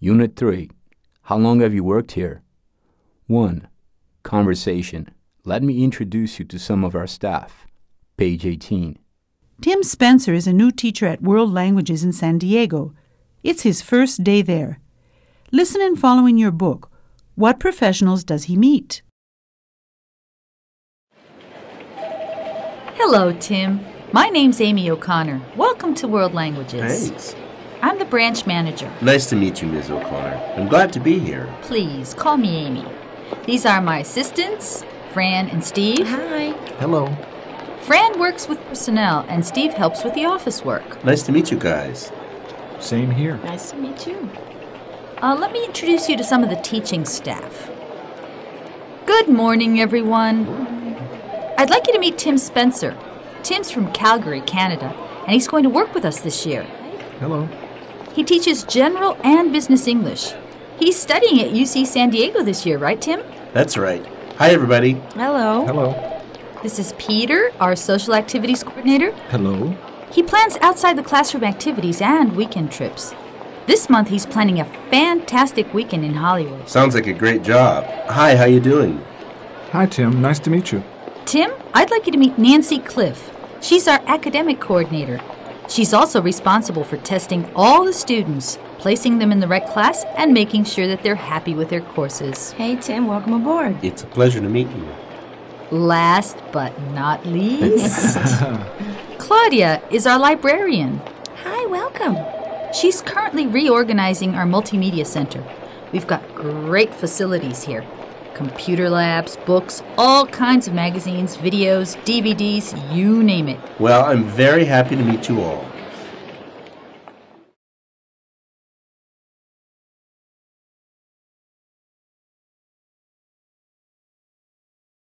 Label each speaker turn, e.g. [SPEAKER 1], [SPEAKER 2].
[SPEAKER 1] Unit 3. How long have you worked here? 1. Conversation. Let me introduce you to some of our staff. Page 18.
[SPEAKER 2] Tim Spencer is a new teacher at World Languages in San Diego. It's his first day there. Listen and follow in your book. What professionals does he meet?
[SPEAKER 3] Hello, Tim. My name's Amy O'Connor. Welcome to World Languages.
[SPEAKER 4] Thanks.
[SPEAKER 3] I'm the branch manager.
[SPEAKER 4] Nice to meet you, Ms. O'Connor. I'm glad to be here.
[SPEAKER 3] Please call me Amy. These are my assistants, Fran and Steve.
[SPEAKER 5] Hi.
[SPEAKER 6] Hello.
[SPEAKER 3] Fran works with personnel, and Steve helps with the office work.
[SPEAKER 4] Nice to meet you guys.
[SPEAKER 6] Same here.
[SPEAKER 5] Nice to meet you.
[SPEAKER 3] Uh, let me introduce you to some of the teaching staff. Good morning, everyone. I'd like you to meet Tim Spencer. Tim's from Calgary, Canada, and he's going to work with us this year.
[SPEAKER 6] Hello.
[SPEAKER 3] He teaches general and business English. He's studying at UC San Diego this year, right, Tim?
[SPEAKER 4] That's right. Hi, everybody.
[SPEAKER 5] Hello.
[SPEAKER 6] Hello.
[SPEAKER 3] This is Peter, our social activities coordinator.
[SPEAKER 6] Hello.
[SPEAKER 3] He plans outside the classroom activities and weekend trips. This month he's planning a fantastic weekend in Hollywood.
[SPEAKER 4] Sounds like a great job. Hi, how you doing?
[SPEAKER 6] Hi, Tim. Nice to meet you.
[SPEAKER 3] Tim, I'd like you to meet Nancy Cliff. She's our academic coordinator. She's also responsible for testing all the students, placing them in the right class, and making sure that they're happy with their courses.
[SPEAKER 5] Hey, Tim. Welcome aboard.
[SPEAKER 4] It's a pleasure to meet you.
[SPEAKER 3] Last but not least, Claudia is our librarian.
[SPEAKER 5] Hi. Welcome.
[SPEAKER 3] She's currently reorganizing our multimedia center. We've got great facilities here computer labs, books, all kinds of magazines, videos, DVDs, you name it.
[SPEAKER 4] Well, I'm very happy to meet you all.